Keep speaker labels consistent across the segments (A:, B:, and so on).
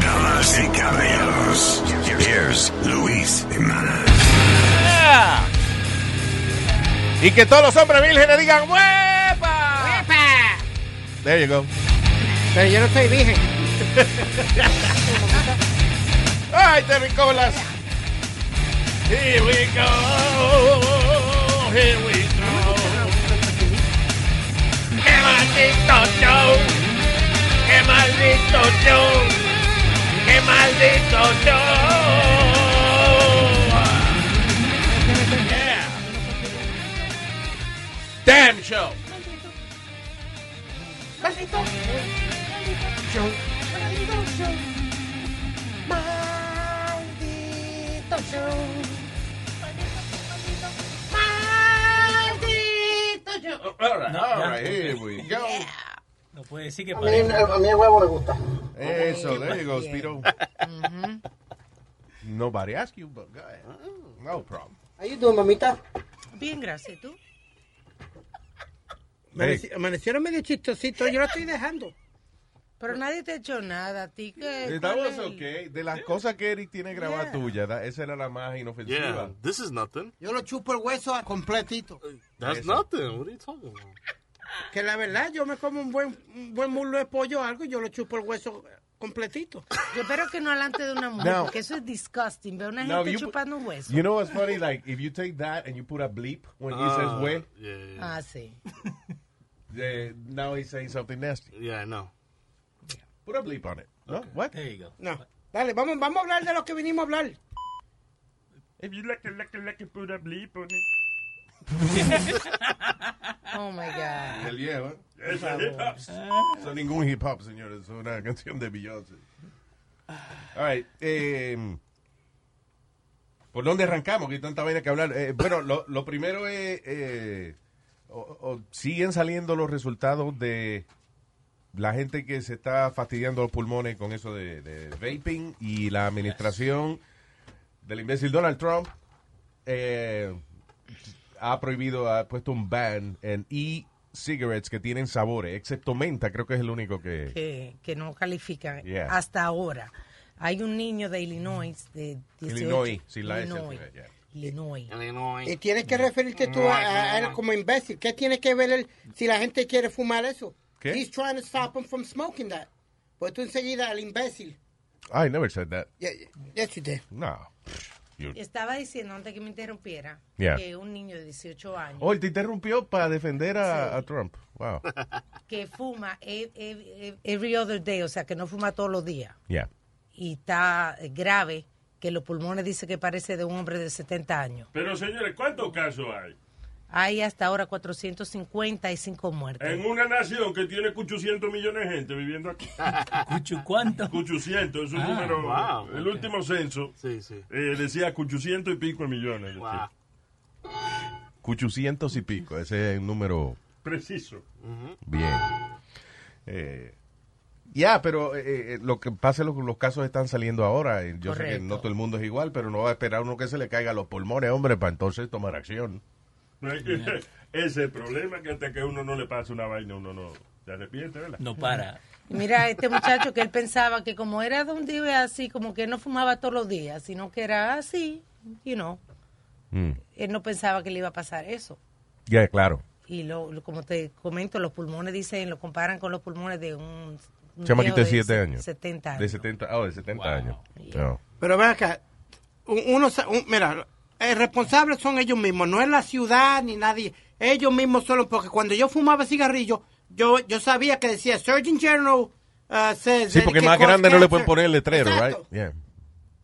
A: Damas y caballeros, here's Luis Jiménez.
B: Y que todos los hombres vírgenes digan ¡Huepa!
C: ¡Epa!
B: There you go.
C: Pero yo no estoy virgen.
B: ¡Ay, te Nicolas! Here we go, here we go. ¡Qué maldito show! ¡Qué maldito show! ¡Qué maldito show! Yeah. Damn show!
C: Maldito show. Maldito show.
B: All right, here we go.
D: No puede decir que
E: A mí,
D: parece.
E: a mí el huevo le gusta.
C: Oh,
B: Eso, there you go, Speedo.
C: Mm-hmm.
B: Nobody asked you, but go ahead.
C: Mm.
B: No problem.
E: Ahí tú, mamita.
C: Bien, gracias. ¿Y tú?
B: Hey,
C: Amanecieron medio chistositos. Yo lo estoy dejando. Pero nadie te ha hecho nada a ti. Que,
B: that was okay. De las cosas que Eric tiene grabada tuya, da- esa era la más
F: Yeah,
B: inofensiva.
F: this is nothing.
G: Yo lo chupo el hueso a- completito.
F: That's nothing. What are you talking about?
C: que la verdad, yo me como un buen, un buen muslo de pollo o algo y yo lo chupo el hueso completito. Yo espero que no delante de una mujer,
B: No.
C: porque eso es disgusting. Veo una
B: No,
C: gente
B: you-
C: chupando un hueso.
B: You know what's funny? Like, if you take that and you put a bleep when he says
F: Uh,
B: well,
F: Yeah, yeah,
C: ah, sí.
B: eh, now he's saying something nasty.
F: yeah, I know.
B: Put a bleep on it. No? What?
D: There you go.
G: No. Dale, vamos, vamos a hablar de lo que vinimos a hablar.
B: If you like it, like it, like it, put a bleep on it.
C: Oh, my God.
B: El viejo, ¿eh? Eso es hip hop. Eso es ningún hip hop, señores. Es una canción de Beyoncé. All right. eh, ¿Por dónde arrancamos? Que hay tanta vaina que hablar. Eh, bueno, lo, lo primero es... eh, o- o siguen saliendo los resultados de la gente que se está fastidiando los pulmones con eso de, de vaping y la administración del imbécil Donald Trump eh, ha prohibido, ha puesto un ban en e-cigarettes que tienen sabores, excepto menta, creo que es el único que...
C: que, que no califican
B: Yeah.
C: hasta ahora. Hay un niño de Illinois, de 18,
B: Illinois, sin la S al
C: Illinois,
B: final, yeah.
C: Illinois.
G: Y tienes que referirte tú a, a él como imbécil. ¿Qué tiene que ver él si la gente quiere fumar eso?
B: ¿Qué?
G: He's trying to stop him from smoking that. Pues tú enseguida al imbécil.
B: I never said that.
G: Yeah, yes, you did.
B: No. You-
C: Estaba diciendo antes que me interrumpiera
B: Yeah.
C: que un niño de 18 años
B: Oh, él te interrumpió para defender a, a Trump. Wow.
C: que fuma e- e- e- every other day, o sea, que no fuma todos los días
B: Yeah.
C: y está grave, que los pulmones dice que parece de un hombre de 70 años.
H: Pero señores, ¿cuántos casos hay?
C: Hay hasta ahora 455 muertos.
H: En una nación que tiene 800 millones de gente viviendo aquí.
D: Cuchu, ¿cuánto? Ah,
H: 800, es un número.
F: wow,
H: el último censo
F: Sí, sí.
H: eh, decía 800 y pico de millones. de
F: Wow.
H: chicos.
B: Cuchucientos y pico, ese es el número...
H: Preciso.
B: Bien. Eh, ya, pero eh, eh, lo que pasa es que los casos están saliendo ahora. Eh, Yo sé que
C: Correcto.
B: no todo el mundo es igual, pero no va a esperar uno que se le caiga los pulmones, hombre, para entonces tomar acción.
H: Ese es el problema que hasta que uno no le pasa una vaina, uno no se arrepiente, ¿verdad?
D: No para.
C: Y Mira, este muchacho que él pensaba que como era de un día así, como que no fumaba todos los días, sino que era así, you know, él no pensaba que le iba a pasar eso.
B: Mm. Ya, claro.
C: Y lo, lo- como te comento, los pulmones dicen, lo comparan con los pulmones de un, un
B: Chamaquito de
C: viejo
B: 7 años.
C: 70 años.
B: De 70, ah, de 70 años. No.
G: Pero ven acá. un- Uno, sa- un- mira, eh, responsables son ellos mismos. No es la ciudad ni nadie. Ellos mismos solo. Porque cuando yo fumaba cigarrillo, yo, yo sabía que decía Surgeon General. uh, says
B: Sí,
G: that
B: porque
G: it
B: más
G: can cause
B: grande no le pueden
G: cancer.
B: poner el letrero,
G: Exacto.
B: right? Yeah.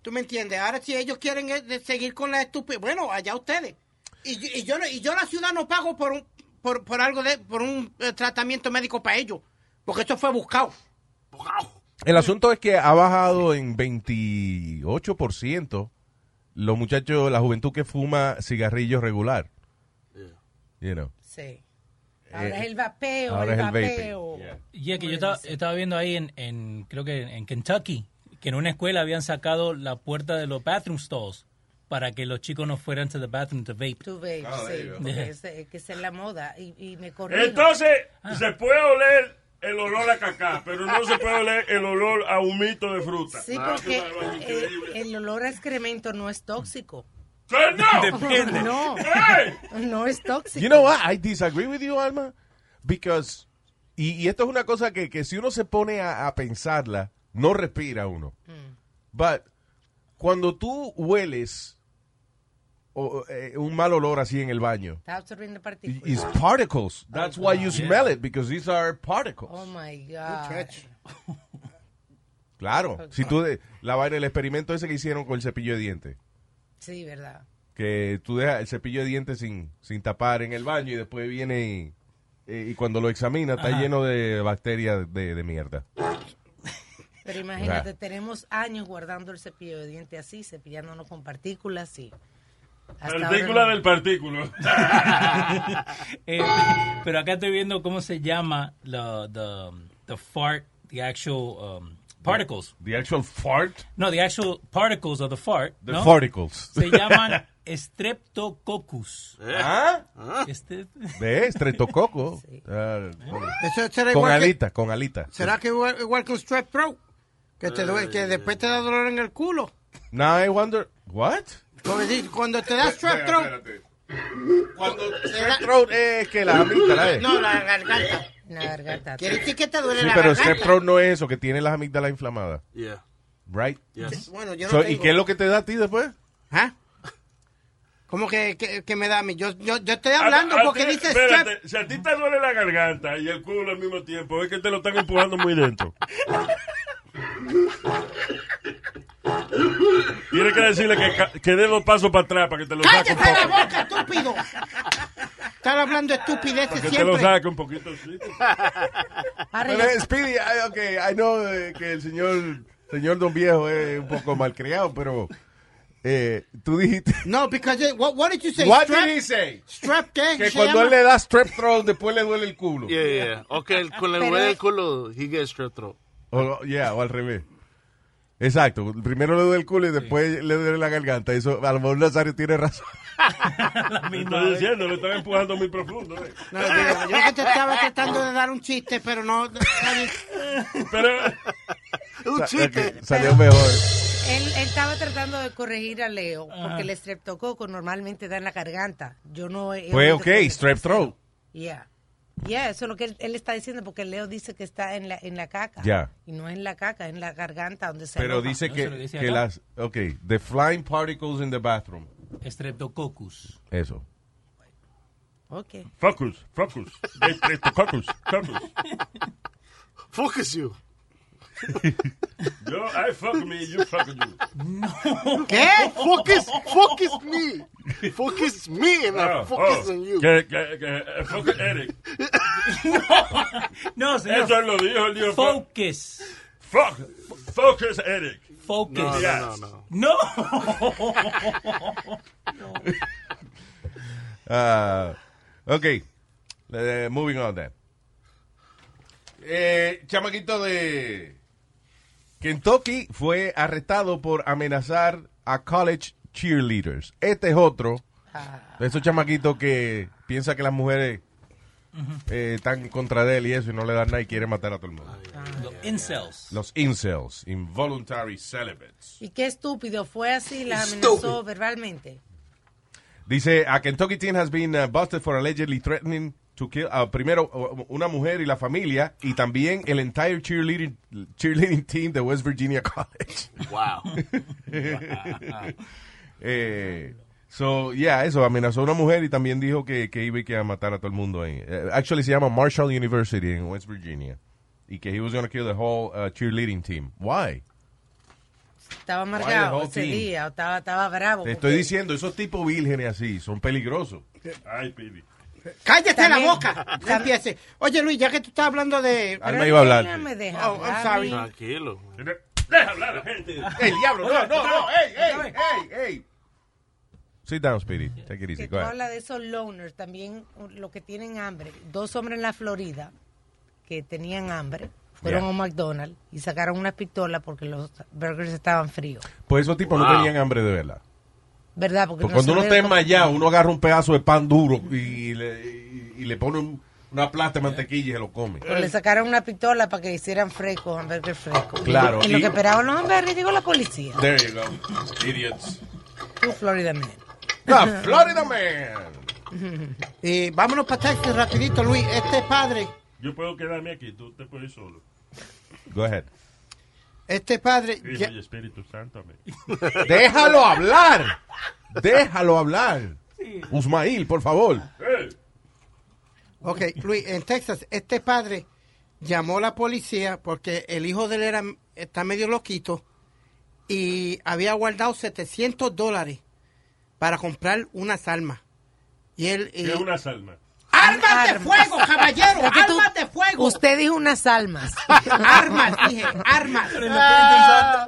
G: ¿Tú me entiendes? Ahora si ellos quieren eh, de seguir con la estupidez, bueno, allá ustedes. Y, yo- y yo no- y yo la ciudad no pago por un por, por algo de por un eh, tratamiento médico para ellos, porque eso fue buscado.
F: Wow.
B: El asunto es que ha bajado en 28% los muchachos, la juventud que fuma cigarrillos regular. You know.
C: Sí.
B: Eh,
C: Ahora es el vapeo,
B: ahora
C: el
B: es el vaping.
C: vapeo.
E: Y es que yo estaba, estaba viendo ahí en, en- creo que en Kentucky, que en una escuela habían sacado la puerta de los bathroom stalls para que los chicos no fueran to the bathroom to vape.
C: To vape,
E: Ah, there
C: sí,
E: you go.
C: porque es, es que esa es la moda y, y me corrijo.
H: Entonces,
D: Ah.
H: se puede oler el olor a cacá, pero no se puede oler el olor a humito de fruta.
C: Sí, porque eh, el olor a excremento no es tóxico.
H: ¡No!
B: Depende.
C: No, no es tóxico.
B: You know what? I disagree with you, Alma. Because, y, y esto es una cosa que, que si uno se pone a, a pensarla, no respira uno. But, cuando tú hueles o, eh, un mal olor así en el baño,
C: Está absorbiendo
B: i-
C: partículas.
B: is particles. That's why you smell it, because these are particles.
C: Oh my God.
B: Claro. Si tú, de- la vaina, el experimento ese que hicieron con el cepillo de dientes.
C: Sí, verdad.
B: que tú dejas el cepillo de dientes sin, sin tapar en el baño y después viene y, eh, y cuando lo examina está
C: Ajá.
B: lleno de bacterias de, de mierda.
C: Pero imagínate, tenemos años guardando el cepillo de dientes así, cepillándonos con partículas y. hasta
H: Partícula
C: ahora
H: del partículo.
E: Eh, pero acá estoy viendo cómo se llama la- the, the fart, the actual um, particles.
B: The actual fart?
E: No, the actual particles of the fart.
B: The
E: ¿no?
B: farticles.
E: Se llaman streptococcus.
H: ¿Eh?
B: ¿Ah?
E: Este-
B: De estreptococo. Ah, con-
G: Eso será
B: con
G: igual que-
B: alitas, con alitas.
G: ¿Será que igual, igual que un strep throat? Que, te duele- que después te da dolor en el culo.
B: Now I wonder, what?
G: Porque si- Cuando te da strep throat.
B: Cuando strep throat es que la amígdala es.
G: No, la garganta.
C: La garganta.
G: Quiere decir que te duele
B: Sí,
G: la
B: pero
G: garganta.
B: strep throat no es eso, que tiene las amígdalas inflamadas.
F: Yeah.
B: Right?
F: Yes.
G: Bueno, yo no
B: So, ¿Y
G: tengo.
B: qué es lo que te da a ti después?
G: ¿Ah? ¿Cómo que, que, que me da a mí? Yo, yo, yo estoy hablando
H: A- a
G: porque
H: ti-
G: dice strep.
H: Ah, espérate, Si a ti te duele la garganta y el culo al mismo tiempo, es que te lo están empujando muy lento. Tienes que decirle que, ca- que dé dos pasos para atrás para que te lo saque un
G: ¡Cállate la
H: poco.
G: boca, estúpido! Estás hablando estupideces
H: Para que te
G: siempre.
H: lo saque un poquito. sí.
C: Ah,
B: Pero, eh, Speedy, I, okay, I know eh, que el señor, señor Don Viejo es un poco malcriado, pero eh, tú dijiste...
G: No, because it- what, what did you say?
B: What
G: strep?
B: did he say?
G: Strep qué?
B: Que
G: se
B: cuando
G: llama?
B: él le da strep throat, después le duele el culo.
F: Yeah, yeah, yeah. Okay, Eh, el, con el
G: Pero
F: güey
G: es-
F: del culo, he gets strep throat.
B: O, yeah, o al revés. Exacto, primero le duele el culo y después le duele la garganta. Eso, a lo mejor Nazario tiene razón.
H: Te estoy diciendo, lo están empujando muy profundo. eh.
G: No, digo, yo que te estaba tratando de dar un chiste, pero no.
H: Pero.
F: Un
B: chiste. Salió mejor.
C: Él, él estaba tratando de corregir a Leo,
E: Ajá.
C: porque el streptococo normalmente da en la garganta. Yo no. he-
B: Pues ok, strep throat.
C: Yeah. Yeah, eso es lo que él, él está diciendo, porque Leo dice que está en la, en la caca.
B: Yeah.
C: Y no es en la caca, es en la garganta donde se
B: Pero
C: aloja.
B: dice que, que las... Ok, the flying particles in the bathroom.
E: Streptococcus.
B: Eso.
C: Ok.
H: Focus, focus. Este, este, Focus, focus.
F: Focus you.
H: Yo, I fuck me, you fuck you.
G: ¿Qué?
F: Focus, focus me. Focus me and I
H: Oh,
F: focus
H: oh.
F: on you.
H: Que, que, que, eh, focus Eric.
E: No, señor.
H: Eso lo dijo el dios.
E: Focus.
H: Fuck. Focus Eric.
E: Focus.
F: No, no, no,
H: Yes.
F: no.
E: No.
B: Ah, ok, Eh, moving on then. Eh, chamaquito de Kentucky fue arrestado por amenazar a college cheerleaders. Este es otro de esos chamaquitos que piensa que las mujeres eh, están contra de él y eso y no le dan nada y quiere matar a todo el mundo.
E: Los incels.
B: Los incels, involuntary celibates.
C: Y qué estúpido, fue así, la amenazó verbalmente.
B: Dice, a Kentucky teen has been uh, busted for allegedly threatening to kill, uh, primero, uh, una mujer y la familia, y también el entire cheerleading, cheerleading team de West Virginia College.
F: Wow.
B: Eh, so, yeah, eso, amenazó a una mujer y también dijo que, que iba y que iba a matar a todo el mundo ahí. Eh, actually, se llama Marshall University en West Virginia. Y que he was going to kill the whole uh, cheerleading team. Why?
C: Estaba
B: Why
C: amargado
B: the whole
C: ese
B: team?
C: día, o estaba, estaba bravo. porque
B: Te estoy diciendo, esos tipos vírgenes así son peligrosos.
H: Ay, Pidi.
G: Cállate
C: También-
G: la boca. No empieces. Oye, Luis, ya que tú estás hablando de.
B: Alma iba a hablar. Déjame,
C: deja
G: Oh, I'm sorry.
F: Tranquilo.
H: Deja hablar a la gente.
I: El diablo, no, no, no, ey, ey, ey, ey.
B: Sit down, Speedy. Take it easy.
C: que
B: Go
C: tú
B: ahead.
C: hablas de esos loners, también uh, los que tienen hambre. Dos hombres en la Florida que tenían hambre fueron
B: Yeah.
C: a un McDonald's y sacaron una pistola porque los burgers estaban fríos.
B: Pues esos tipos
C: Wow.
B: no tenían hambre de verdad.
C: ¿Verdad? Porque,
B: Porque
C: no se
B: Pues cuando uno
C: ve
B: está
C: como-
B: enmayado, uno agarra un pedazo de pan duro y le, y- y le pone un- una plasta de mantequilla y se lo come.
C: Pero Pues le sacaron una pistola para que hicieran fresco, hamburger fresco.
B: Claro,
C: En lo
B: y-
C: que esperaban los hamburgues, llegó la policía.
B: There you go. Idiots.
C: Tú, Florida Man.
B: The Florida Man.
G: Eh, vámonos para Texas rapidito, Luis. Este padre,
H: Yo puedo quedarme aquí, tú te puedes ir solo.
B: Go ahead.
G: este padre.
H: Hijo
G: ya-
H: y Espíritu Santo, amén.
B: Déjalo hablar. Déjalo hablar. Usmail, por favor.
G: Ok, Luis, en Texas, este padre llamó a la policía porque el hijo de él era, está medio loquito y había guardado 700 dólares para comprar unas armas. Y él. y-
H: Es una salma.
G: ¡Armas de fuego, caballero!
C: Es que tú-
G: ¡Armas de fuego!
C: Usted dijo unas almas.
G: Armas, dije, armas.
C: Ah.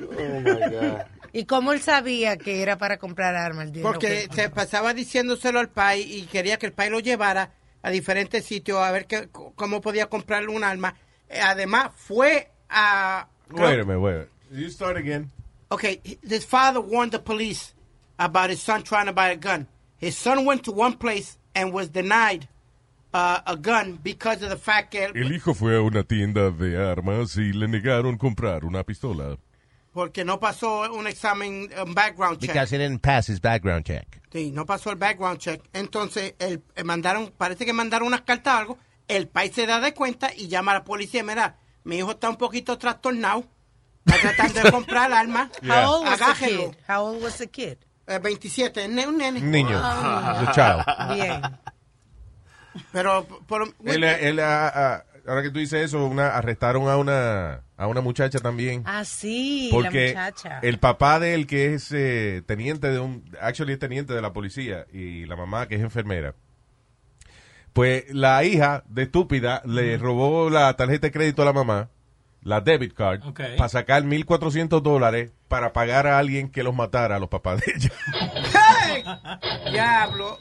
F: Oh my God.
C: ¿Y cómo él sabía que era para comprar armas? el dinero
G: Porque
C: que-
G: se pasaba diciéndoselo al país y quería que el país lo llevara a diferentes sitios a ver qué- cómo podía comprarle un arma. Eh, Además, fue a...
B: Wait a minute, wait a minute.
I: You start again.
G: Okay, his father warned the police about his son trying to buy a gun. His son went to one place and was denied uh, a gun because of the fact que...
J: El hijo fue a una tienda de armas y le negaron comprar una pistola.
G: Porque no pasó un examen, un background check.
J: he didn't pass his background check.
G: Sí, no pasó el background check. Entonces, el, eh, mandaron, parece que mandaron unas cartas o algo. El país se da de cuenta y llama a la policía. Mira, mi hijo está un poquito trastornado. Está tratando de comprar armas.
B: Yeah.
C: How old was the
G: Agájenlo.
C: kid? How old was the kid?
G: Eh, 27, es ne- un nene.
B: Niño.
G: Ah.
B: The child.
C: Bien.
G: Pero, por,
B: Él, él, ah, ah, ahora que tú dices eso, una, arrestaron a una, a una muchacha también.
C: Ah, sí,
B: Porque
C: la muchacha.
B: el papá de él, que es eh, teniente de un. Actually, es teniente de la policía. Y la mamá, que es enfermera. Pues la hija de estúpida le robó la tarjeta de crédito a la mamá, la debit card,
E: Ok.
B: para sacar 1.400 dólares para pagar a alguien que los matara a los papás de ella.
G: Diablo.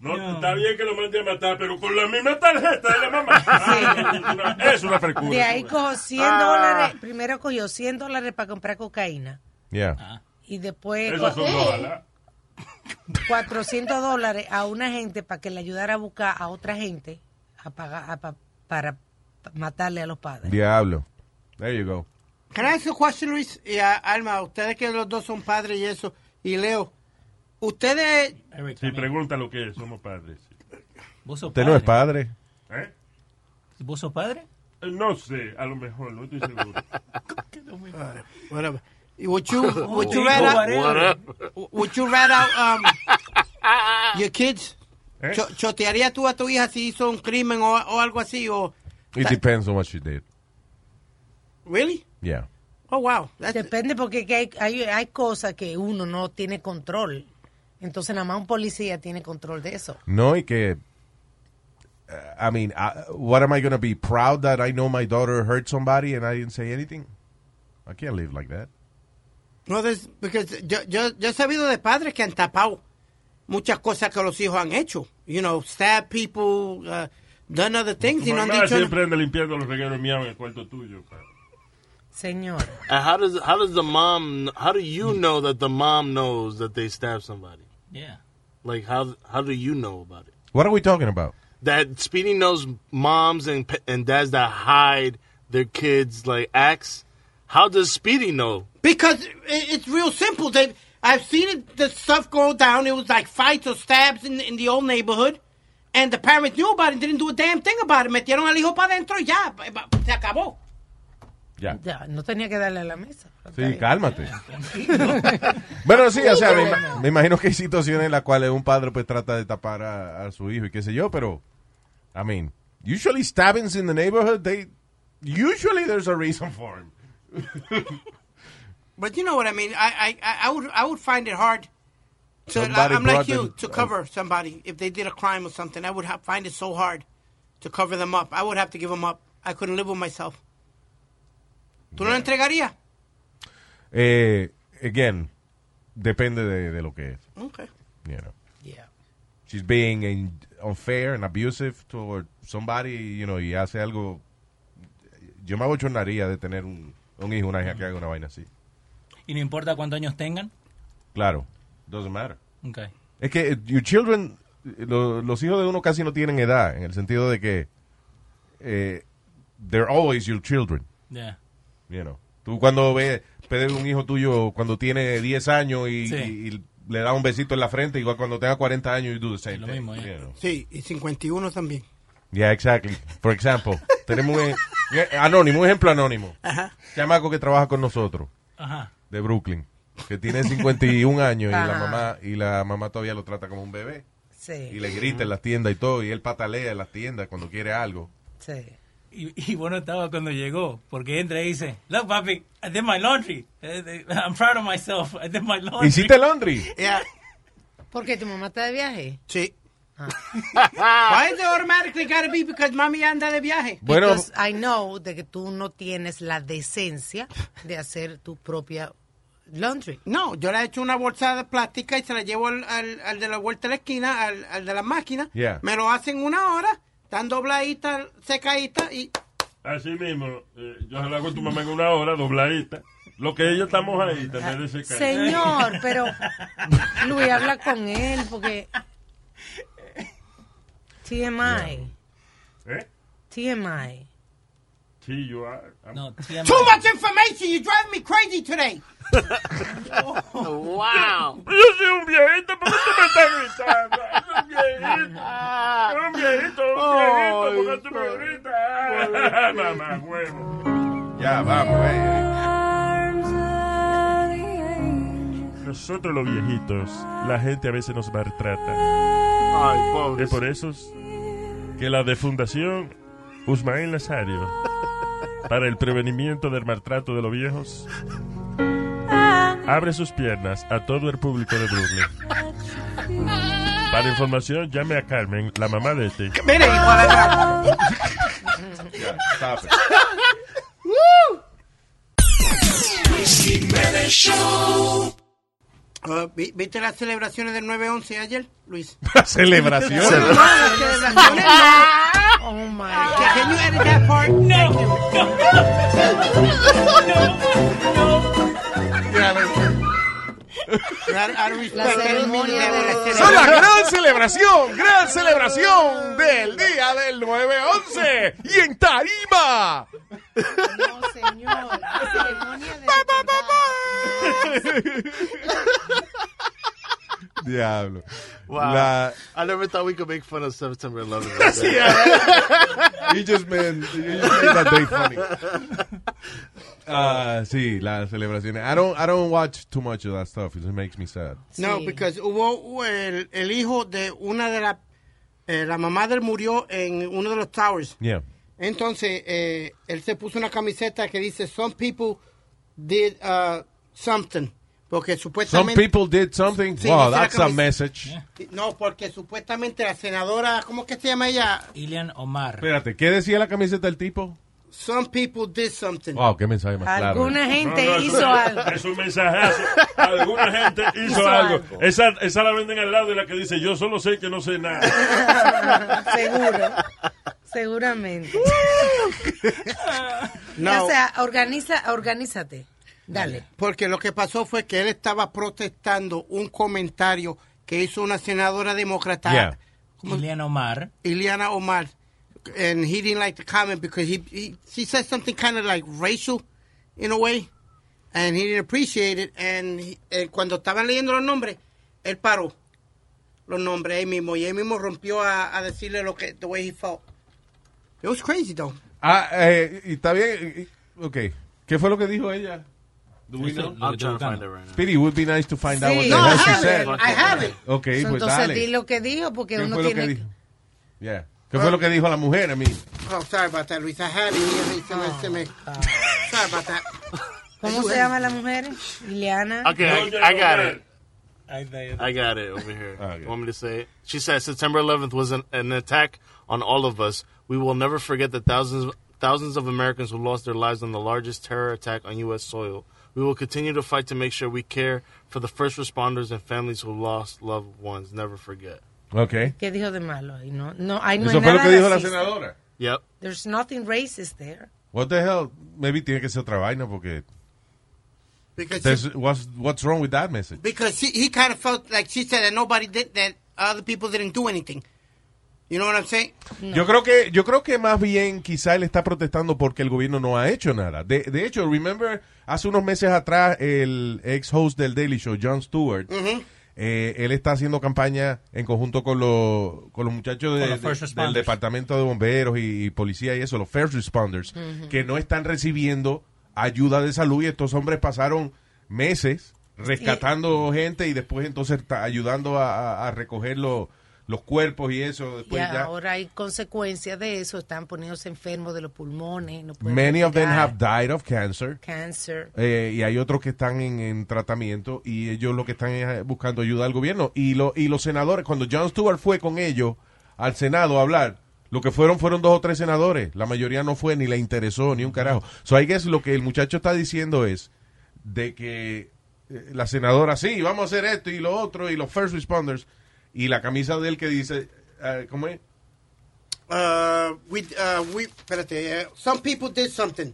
H: No, está bien que lo mande a matar, pero con la misma tarjeta de la mamá. Ah, Es una frecura.
C: De ahí cogió 100
H: Ah.
C: dólares. Primero cogió 100 dólares para comprar cocaína.
B: Yeah.
C: Y después
H: Esos son dos balas.
C: 400 dólares a una gente para que le ayudara a buscar a otra gente a pagar, a pa- para matarle a los padres.
B: Diablo. There you go.
G: Can I ask you a question, Luis? Y a Alma, ustedes que los dos son padres y eso, y Leo, ustedes...
H: Sí, pregunta lo que es, somos padres.
E: ¿Vos sos
B: Usted no es padre.
H: ¿Eh?
E: ¿Vos sos padre?
H: No sé, a lo mejor, no estoy seguro.
G: Whatever. Would you, would you
H: Oh,
G: rather...
H: whatever.
G: Would you rather... Um, your kids?
H: ¿Eh?
G: Cho- ¿Chotearía tú a tu hija si hizo un crimen o, o algo así? O,
B: It depends on what she did.
G: ¿Really?
B: Yeah.
G: Oh, wow.
C: Depende porque que hay, hay, hay cosas que uno no tiene control. Entonces nada más un policía tiene control de eso.
B: No, y que. uh, I mean, I- what am I going to be proud that I know my daughter hurt somebody and I didn't say anything? I can't live like that.
G: No, there's- because yo, yo, yo he sabido de padres que han tapado muchas cosas que los hijos han hecho. You know, stab people, uh, done other things,
H: Tu
G: y no han
H: mamá
G: dicho...
H: siempre anda limpiando los regueros míos en el cuarto tuyo. pa.
C: Señor.
F: And how does how does the mom how do you know that the mom knows that they stabbed somebody?
E: Yeah.
F: Like how how do you know about it?
B: What are we talking about?
F: That Speedy knows moms and pa- and dads that hide their kids like acts. How does Speedy know?
G: Because it, it's real simple. They, I've seen it, the stuff go down. It was like fights or stabs in, in the old neighborhood. And the parents knew about it and didn't do a damn thing about it. Metieron al hijo para adentro y ya, pa- pa- se acabó.
B: Ya.
C: Ya, no tenía que darle a la mesa.
B: Sí, cálmate. Bueno, sí, o sea, me,
C: Tranquilo.
B: ima- me imagino que hay situaciones en las cuales un padre pues trata de tapar a, a su hijo y qué sé yo, pero, I mean, usually stabbings in the neighborhood, they, usually there's a reason for 'em. it.
G: But you know what I mean. I, I, I- I would, I would find it hard So
B: Somebody
G: I'm like
B: brought
G: you
B: them-
G: to cover somebody if they did a crime or something. I would ha find it so hard to cover them up. I would have to give them up. I couldn't live with myself. ¿Tú no lo entregarías?
B: Eh, again, depende de, de lo que es.
G: Okay.
B: You know.
C: Yeah.
B: She's being in- unfair and abusive toward somebody, you know, y hace algo. Yo me abochornaría de tener un, un hijo, una hija que haga una vaina así.
E: Y no importa cuántos años tengan.
B: Claro. Doesn't matter.
E: Ok.
B: Es que eh, your children, eh, lo- los hijos de uno casi no tienen edad, en el sentido de que eh, they're always your children.
E: Yeah.
B: You know. Tú cuando ves, ves un hijo tuyo cuando tiene 10 años y,
G: Sí.
B: y- y le da un besito en la frente, igual cuando tenga 40 años y do the same thing, you know.
G: Sí, y 51 también.
B: Yeah, exactly. Por ejemplo, tenemos un, eh, anónimo, un ejemplo anónimo. Chamaco que trabaja con nosotros,
E: Ajá.
B: de Brooklyn, que tiene 51 años y la
E: Ajá.
B: mamá y la mamá todavía lo trata como un bebé.
C: Sí.
B: Y le grita en las tiendas y todo, y él patalea en las tiendas cuando quiere algo.
C: Sí.
E: Y, y bueno estaba cuando llegó, porque entra y dice, look papi, I did my laundry. Eh, I'm proud of myself. I did my laundry.
B: ¿Hiciste laundry?
C: Porque tu mamá está de viaje.
G: Sí. Ah. Why is it automatically gotta be because mami anda de viaje?
B: Bueno.
C: Because I know de que tú no tienes la decencia de hacer tu propia laundry.
G: No, yo le he hecho una bolsa de plástica y se la llevo al, al- al de la vuelta de la esquina, al, al de la máquina.
H: Yeah.
G: Me lo hacen una hora, están dobladitas, secaditas y...
H: Así mismo, eh, yo se la hago a tu mamá en una hora, dobladita. Lo que ella está mojadita, en vez de secar.
C: Señor, pero Luis habla con él porque TMI.
H: ¿Eh?
C: TMI.
H: Sí, yo. ah, I'm-
G: Too much information, you drive me crazy today.
F: wow.
H: Yo soy un viejito, ¿por qué tú me estás gritando? Yo soy un viejito. Yo soy un viejito, un viejito, ¿por qué tú me gritas? Mamá, huevo.
B: Ya, vamos, eh,
H: Nosotros los viejitos, la gente a veces nos maltrata.
F: Ay,
H: Es por eso que la de Fundación Usmael Nazario para el prevenimiento del maltrato de los viejos abre sus piernas a todo el público de Brooklyn. Para información, llame a Carmen, la mamá de este.
G: Mire, igual
B: Ya, stop it.
G: Uh, vi- ¿Viste las celebraciones del 9-11 ayer, Luis?
B: ¿Celebraciones?
G: No, las celebraciones no.
C: Oh, my
G: God. Can you edit that part? No.
C: La ceremonia de
B: Es la gran celebración, gran celebración del día del 9-11 y en Tarima.
C: No, señor. La ceremonia de
B: Diablo.
F: Wow.
B: La-
F: I never thought we could make fun of September 11th.
B: You just made, you just made that day funny. Ah, sí, las celebraciones. I don't, I don't watch too much of that stuff. It just makes me sad.
G: No,
C: Sí.
G: because hubo hubo el, el hijo de una de las... eh, la mamá del murió en uno de los towers.
B: Yeah.
G: Entonces, eh, él se puso una camiseta que dice, some people did uh, something. Porque
B: Some
G: supuestamente...
B: people did something.
G: Sí,
B: wow,
G: dice la
B: that's a
G: camis-
B: message.
G: No, porque supuestamente la senadora, ¿cómo es que se llama ella?
E: Ilian Omar.
B: Espérate, ¿qué decía la camiseta del tipo?
G: Some people did something.
B: Wow, qué mensaje más claro.
C: gente
H: eso-
C: hizo algo.
H: Es un mensajazo. Alguna gente hizo,
C: Hizo
H: algo.
C: algo.
H: Esa, esa la venden al lado de la que dice, yo solo sé que no sé nada.
C: verdad. Seguro. Seguramente.
G: No.
C: O sea, organiza, organízate. Dale.
G: Porque lo que pasó fue que él estaba protestando un comentario que hizo una senadora demócrata,
E: Yeah. Ilian Omar.
G: Ileana Omar, and he didn't like the comment because he, he she said something kind of like racial in a way, and he didn't appreciate it. And he- eh, cuando estaban leyendo los nombres, él paró los nombres ahí mismo y él mismo rompió a, a decirle lo que the way he felt. It was crazy though.
B: Ah, eh, y está bien. y- y- Ok. ¿Qué fue lo que dijo ella? Do we know?
F: I'm trying to find it right now.
B: Speedy, it would be nice to find out what
C: Sí.
B: the
C: No,
B: hell
C: I
B: she
C: have
B: said.
C: it. I have it.
B: Ok,
C: So,
B: pues
C: entonces di
B: dale.
C: lo que dijo porque
B: ¿Qué
C: uno
B: fue lo que
C: tiene
B: dijo? Yeah. ¿Qué fue lo que dijo la mujer a mí?
G: Oh, sorry about that, Luis. I had it here. Se me, se me, sorry about that.
C: ¿Cómo se llama la mujer? Liliana.
F: Okay, I, I got it.
E: I, think-
F: I got it over here.
E: Okay.
F: Want me to say it? She said September 11th was an, an attack on all of us. We will never forget the thousands thousands of Americans who lost their lives on the largest terror attack on U.S. soil. We will continue to fight to make sure we care for the first responders and families who lost loved ones. Never forget.
B: Ok.
C: ¿Qué dijo de malo? ahí? No, no, ahí no
B: Eso
C: hay
B: fue lo
C: nada
B: que dijo la
C: racista.
B: senadora.
F: Yep.
C: There's nothing racist there.
B: What the hell? Maybe tiene que ser otra vaina porque...
G: Because
B: There's- what's, what's wrong with that message?
G: because he, he kind of felt like she said that nobody did that other people didn't do anything. You know what I'm saying?
B: Yo creo que yo creo que más bien quizá él está protestando porque el gobierno no ha hecho nada. De, de hecho, remember hace unos meses atrás el ex host del Daily Show, Jon Stewart,
G: Ujú.
B: eh, él está haciendo campaña en conjunto con los con los muchachos de-
E: Con los first
B: de- del
E: responders.
B: departamento de bomberos y, y policía y eso, los first responders,
E: Ujú.
B: que no están recibiendo ayuda de salud y estos hombres pasaron meses rescatando gente y después entonces ta- ayudando a, a- a recoger los- los cuerpos y eso después
C: y
B: Pues ya
C: ahora hay consecuencias de eso. Están poniéndose enfermos de los pulmones. No pueden
B: Many of them
C: respirar,
B: have died of cancer.
C: cancer.
B: Eh, y hay otros que están en, en tratamiento y ellos lo que están es eh, buscando ayuda al gobierno. Y, lo, y los senadores, cuando John Stewart fue con ellos al Senado a hablar, lo que fueron fueron dos o tres senadores. La mayoría no fue, ni le interesó, ni un carajo. So I guess lo que el muchacho está diciendo es de que eh, la senadora, sí, vamos a hacer esto y lo otro y los first responders. Y la camisa de él que dice, eh, ¿cómo es?
G: Uh, we, uh, we, espérate, uh, some people did something.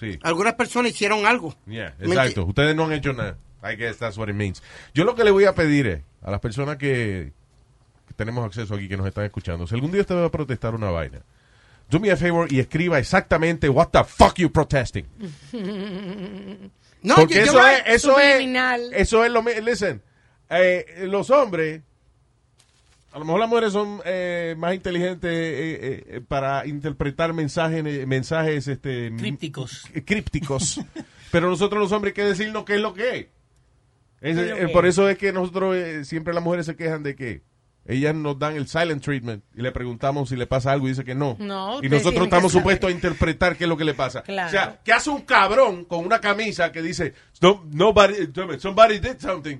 B: Sí.
G: Algunas personas hicieron algo.
B: Yeah,
G: ¿Me
B: exacto. Ustedes no han hecho nada. I guess that's what it means. Yo lo que le voy a pedir es a las personas que, que tenemos acceso aquí, que nos están escuchando, si algún día usted va a protestar una vaina, do me a favor y escriba exactamente what the fuck you protesting.
G: No,
B: Porque
G: yo- yo
B: eso,
G: voy-
B: es, eso, es,
C: Subliminal.
B: eso es lo mismo. Listen, eh, los hombres, a lo mejor las mujeres son eh, más inteligentes eh, eh, eh, para interpretar mensajes, eh, mensajes este,
E: Crípticos.
B: eh, crípticos. Pero nosotros los hombres hay que decirnos qué es lo que es. Es-
E: ¿Qué es lo
B: eh,
E: que
B: por
E: es?
B: eso es que nosotros eh, siempre las mujeres se quejan de que ellas nos dan el silent treatment y le preguntamos si le pasa algo y dice que no.
E: No,
B: y
E: ustedes
B: nosotros
E: tienen que
B: estamos
E: saber.
B: supuestos a interpretar qué es lo que le pasa.
E: Claro.
B: O sea, ¿qué hace un cabrón con una camisa que dice "No- nobody, somebody did something?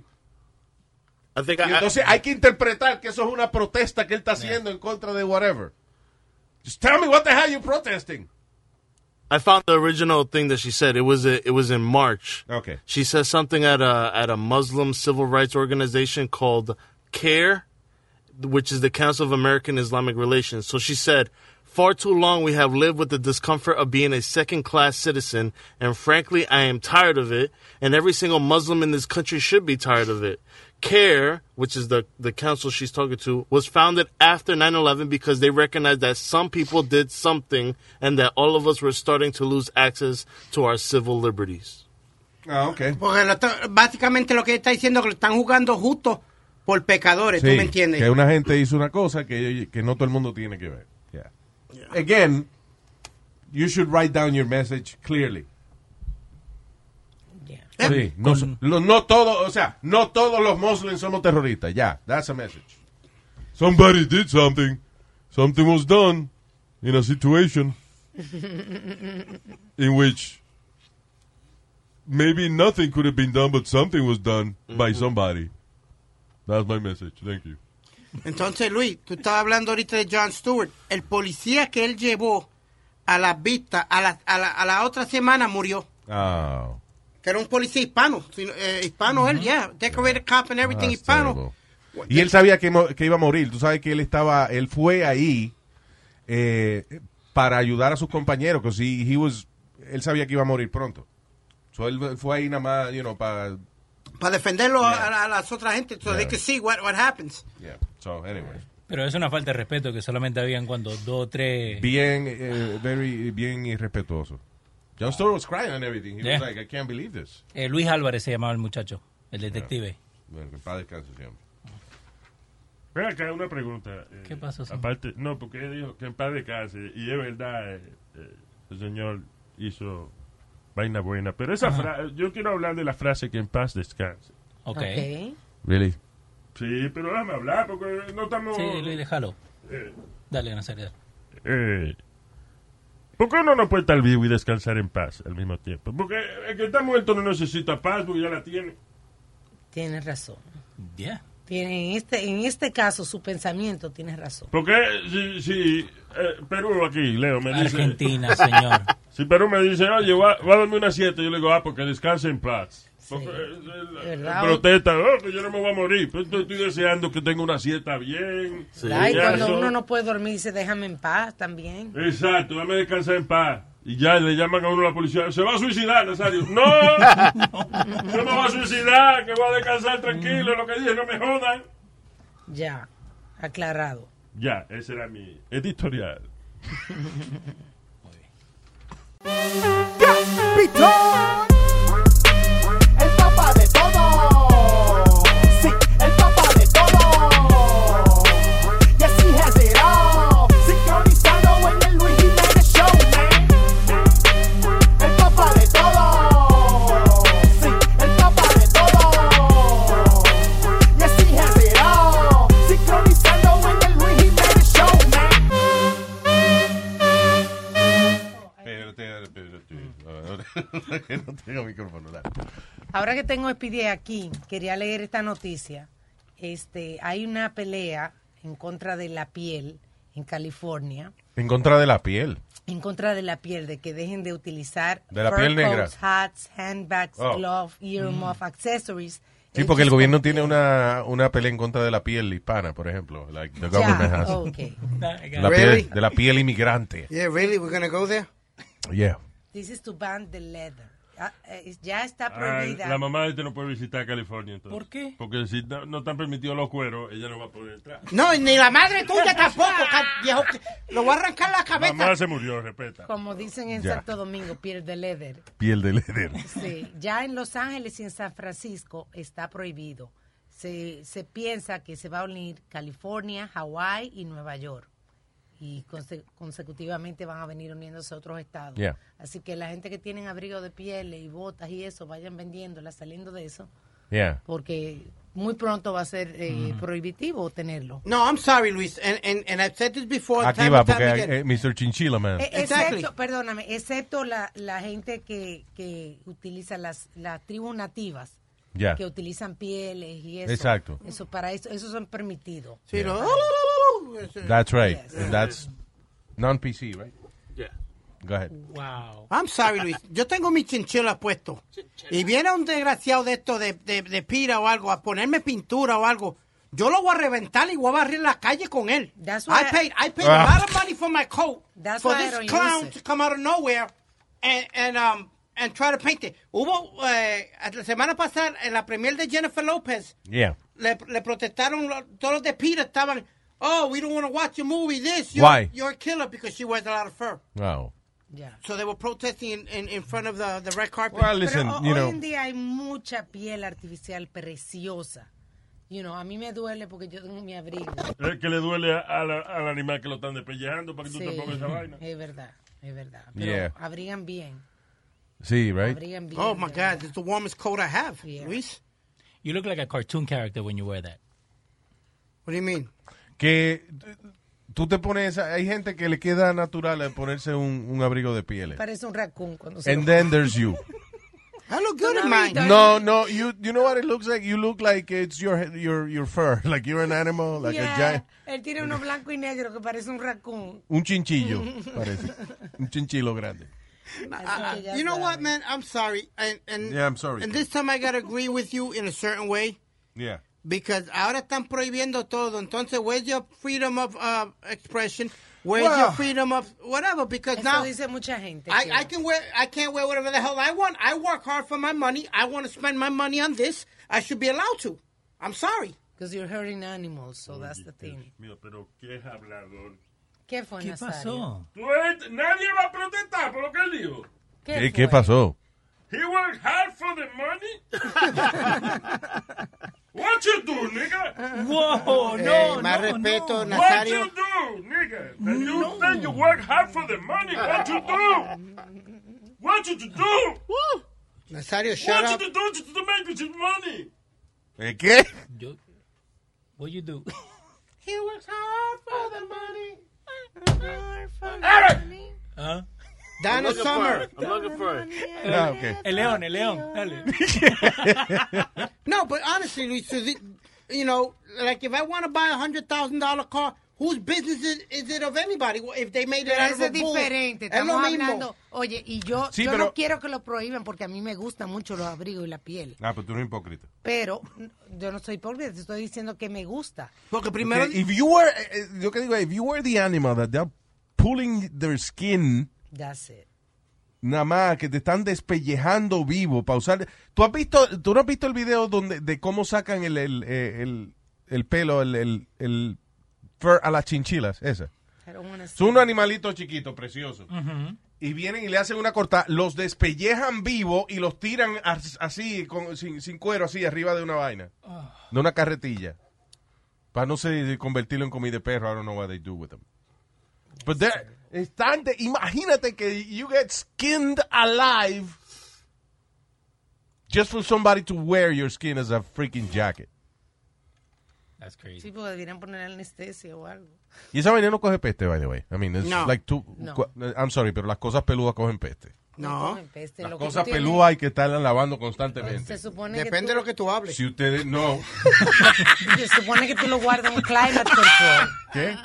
F: I think
B: Y entonces hay que interpretar que eso es una protesta que él está haciendo en contra de whatever. Just tell me what the hell you protesting.
F: I found the original thing that she said. It was it was in March.
B: Okay.
F: She says something at a at a Muslim civil rights organization called CARE, which is the Council of American Islamic Relations. So she said, "Far too long we have lived with the discomfort of being a second-class citizen, and frankly, I am tired of it, and every single Muslim in this country should be tired of it." CARE, which is the, the council she's talking to, was founded after 9 11 because they recognized that some people did something and that all of us were starting to lose access to our civil liberties.
B: Ah, ok.
G: Porque lo está- básicamente lo que está diciendo es que lo están jugando justo por pecadores, ¿tú
B: Sí,
G: me entiendes?
B: Que una gente hizo una cosa que, que no todo el mundo tiene que ver. Yeah. Again, you should write down your message clearly. Sí, no, so- lo- no todo, o sea, no todos los muslims somos terroristas. Ya, that's a message.
J: Somebody did something. Something was done in a situation in which maybe nothing could have been done, but something was done by
C: Mm-hmm.
J: somebody. That's my message. Thank you.
G: Entonces, Luis, tú estabas hablando ahorita de John Stewart. El policía que él llevó a las vistas, a la, a la, a la otra semana murió.
B: Oh,
G: Que era un policía hispano. si- eh, hispano él, yeah. Decorated cop and everything
B: that's
G: hispano.
B: terrible. Y él sabía que, mo- que iba a morir. Tú sabes que él estaba, él fue ahí eh, para ayudar a sus compañeros, que si he was, él sabía que iba a morir pronto. So él fue ahí nada más, you know, para
G: Para defenderlo a- a, a las otras gente. So they
E: Yeah.
G: could see what, what happens.
B: Yeah. So, anyway.
E: Pero es una falta de respeto que solamente habían cuando dos o tres.
B: Bien, eh, very, bien irrespetuoso. John Stewart was crying and everything. He
E: Yeah.
B: was like, I can't believe this.
E: Eh, Luis Álvarez se llamaba el muchacho, el detective.
B: Bueno, que en paz descanse siempre.
H: Ven acá, una pregunta. eh,
E: ¿Qué pasó, señor?
H: Aparte, no, porque él dijo que en paz de casa, y es verdad, eh, eh, el señor hizo vaina buena. Pero esa
E: Ajá.
H: frase, yo quiero hablar de la frase que en paz descanse.
E: Ok.
B: Really?
H: Sí, pero déjame hablar, porque no estamos...
E: Sí, Luis, déjalo.
H: Eh,
E: Dale, Nazario.
H: eh, ¿Por qué uno no puede estar vivo y descansar en paz al mismo tiempo? Porque el que está muerto no necesita paz, porque ya la tiene.
C: Tienes razón.
E: Yeah.
C: Tiene, en, este, en este caso, su pensamiento tiene razón.
H: Porque si, si eh, Perú aquí, Leo, me dice...
E: Argentina, señor.
H: Si Perú me dice, oye, va, va a darme una siete, yo le digo, ah, porque descanse en paz. Porque, eh, eh,
C: ¿Verdad?
H: protesta, "Oh, que yo no me voy a morir, pero estoy, estoy deseando que tenga una siesta bien.
C: Ay,
H: Ya
C: cuando
H: eso-
C: uno no puede dormir, dice, déjame en paz también.
H: Exacto, dame descansar en paz. Y ya le llaman a uno a la policía, se va a suicidar, Nazario. No, yo me voy a suicidar, que voy a descansar tranquilo, lo que dije, no me jodan.
C: Ya, aclarado.
H: Ya, ese era mi editorial.
A: Pitón. El papá de todo. Sí, el papá de todo. Yes, he has it all. Sincronizado en el Luis Jiménez Show, man. El papá de todo. Sí, el papá de todo. Yes, he has it all. Sincronizado en el Luis Jiménez Show, man.
I: Pero te, pero te,
G: Mm.
I: ahora que no tengo micrófono. dale.
C: Ahora que tengo Speedy aquí, quería leer esta noticia. Este, hay una pelea en contra de la piel en California,
B: En contra de la piel.
C: en contra de la piel, de que dejen de utilizar
B: De la
C: fur
B: piel negra.
C: coats, hats, handbags,
B: Oh.
C: gloves, earmuff, accessories.
B: Sí, porque el gobierno tiene una, una pelea en contra de la piel hispana, por ejemplo. Like the
C: Ya,
B: government has.
C: ok.
B: La
G: Oh. Really?
B: piel, de la piel inmigrante.
G: Yeah, really? We're gonna go there?
B: Yeah.
C: This is to ban the leather. Ah, eh, Ya está
H: Ah,
C: prohibida.
H: la mamá de este no puede visitar California. Entonces.
C: ¿Por qué?
H: Porque si no, no están permitidos los cueros, ella no va a poder entrar.
G: No, ni la madre tuya tampoco, ca- viejo. Lo voy a arrancar la cabeza.
H: Mamá se murió, respeta.
C: Como dicen en
H: Ya.
C: Santo Domingo, piel de leather.
B: Piel de líder.
C: Sí, ya en Los Ángeles y en San Francisco está prohibido. Se, se piensa que se va a unir California, Hawái y Nueva York. Y conse- consecutivamente van a venir uniéndose otros estados.
B: Yeah.
C: Así que la gente que tienen abrigo de piel y botas y eso, vayan vendiéndolas, saliendo de eso.
B: Yeah.
C: Porque muy pronto va a ser eh,
H: Mm.
C: prohibitivo tenerlo.
G: No, I'm sorry, Luis. And, and, and I've said this before.
B: Aquí
G: time
B: va,
G: and time
B: porque
G: again.
B: eh, Mr. Chinchilla, man.
C: E-
G: Exactly.
C: Excepto, perdóname, excepto la, la gente que, que utiliza las, las tribus nativas,
B: Ya.
C: que utilizan pieles y eso.
B: Exacto.
C: Eso para eso, eso son permitidos.
G: Sí, lo-
B: That's right. And that's non-PC, right?
F: Yeah.
B: Go ahead.
G: Mm.
E: Wow.
G: I'm sorry, Luis. Yo tengo mi chinchila puesto. Y viene un desgraciado de esto de, de, de pira o algo a ponerme pintura o algo. Yo lo voy a reventar y voy a barrer la calle con él. I
C: why-
G: paid, I paid
C: Ah.
G: a lot of money for my coat.
C: That's
G: for
C: why I
G: this
C: don't use
G: clown
C: it.
G: to come out of nowhere and, and, um, and try to paint it. Hubo, eh, la semana pasada, en la premier de Jennifer Lopez,
B: Yeah.
G: le, le protestaron lo- todos los de Peter estaban oh we don't want to watch your movie this you're,
B: Why?
G: you're a killer because she wears a lot of fur
B: Wow.
G: so they were protesting in, in, in front of the, the red carpet
B: Well, listen,
G: uh,
C: Pero ho-
B: you
C: hoy
B: know-
C: en día hay mucha piel artificial preciosa. You know, a mí me duele porque yo tengo mi abrigo.
H: Es que le duele a- a la- al animal que lo están despellejando para que tú te
C: Sí,
H: pongas esa vaina.
C: es verdad, es verdad. Pero
B: Yeah.
C: abrigan bien.
B: Sí, right?
C: Abrigan bien.
G: oh my god it's the warmest coat I have Luis
E: You look like a cartoon character when you wear that.
G: what do you mean
B: Que eh, tú te pones, esa- hay gente que le queda natural al ponerse un, un abrigo de pieles.
C: Parece un raccoon cuando se lo-
B: And then there's you.
G: I look good in
C: No,
G: mine
B: No, no, you you know what it looks like? You look like it's your your your fur, like you're an animal, like
C: Yeah,
B: a giant,
C: Él tiene uno blanco y negro que parece un raccoon.
B: un chinchillo, parece. Un chinchillo grande.
G: I- I- you know what man I'm sorry and, and
B: Yeah, I'm sorry.
G: and this time I gotta agree with you in a certain way
B: Yeah.
G: because ahora están prohibiendo todo entonces where's your freedom of uh, expression where's
C: Well-
G: your freedom of whatever because
C: Eso
G: now
C: dice mucha gente.
G: I,
C: que-
G: I can wear I can't wear whatever the hell I want. I work hard for my money. I want to spend my money on this. I should be allowed to. I'm sorry.
C: Because you're hurting animals, so that's the thing.
H: Mío, pero qué hablador.
C: ¿Qué fue,
H: ¿Qué
C: Nazario?
H: Tú eres- nadie va a protestar por lo que él dijo.
B: ¿Qué, qué pasó?
H: He worked hard for the money. What you do, nigga?
E: Whoa,
G: no, más Oh, no, respeto, no.
H: What
G: Nazario.
H: you do, nigga? That you think you work hard for the money? What you do? What you do?
G: Nazario, shut
H: What
G: up.
H: you do to, to make this money?
B: ¿Eh, ¿Qué?
E: Yo, what you do?
G: He works hard for the money.
E: Huh?
G: Donna
A: I'm looking
G: Summer.
A: for it. I'm looking for it.
B: Ah, okay.
E: El león, el león. Dale.
G: No, but honestly, Luis, so the- you know, like if I want to buy a hundred thousand dollar car, whose business is, is it of anybody? If they made it
C: Pero
G: out of
C: eso
G: a
C: es
G: bull,
C: diferente,
G: es lo
C: estamos
G: mismo.
C: hablando. Oye, y yo,
B: Sí,
C: yo
B: pero-
C: no quiero que lo prohíban porque a mí me gustan mucho los abrigos y la piel.
B: Ah, pero tú no eres hipócrita.
C: Pero n- yo no soy pobre, te estoy diciendo que me gusta.
G: Porque
B: Porque if you were, eh, eh, yo que digo, if you were the animal that they're pulling their skin,
C: That's it.
B: nada más, que te están despellejando vivo para usar. ¿Tú, has visto, ¿Tú no has visto el video donde, de cómo sacan el, el, eh, el, el pelo, el, el, el fur a las chinchilas? Esa.
C: I don't wanna
B: Son unos animalitos chiquitos, preciosos. Y vienen y le hacen una cortada, los despellejan vivo y los tiran as- así, con- sin, sin cuero, así, arriba de una vaina. De una carretilla. Para no se convertirlo en comida de perro. I don't know what they do with them. But they're- están de- imagínate que you get skinned alive just for somebody to wear your skin as a freaking jacket.
E: That's crazy.
C: Sí, porque deberían poner anestesia o algo.
B: Y esa vaina no coge peste, by the way. I mean, it's
C: No.
B: like two,
C: No.
B: cua- I'm sorry, pero las cosas peludas cogen peste.
G: No.
C: cogen peste,
B: Las
C: lo que
B: cosas
C: tú tienes-
B: pelúas hay que estarlas lavando constantemente.
C: Se supone
G: Depende
C: que tú,
G: de lo que tú hables.
B: Si ustedes no.
C: Se supone que tú lo guardas en un climate control.
B: ¿Qué?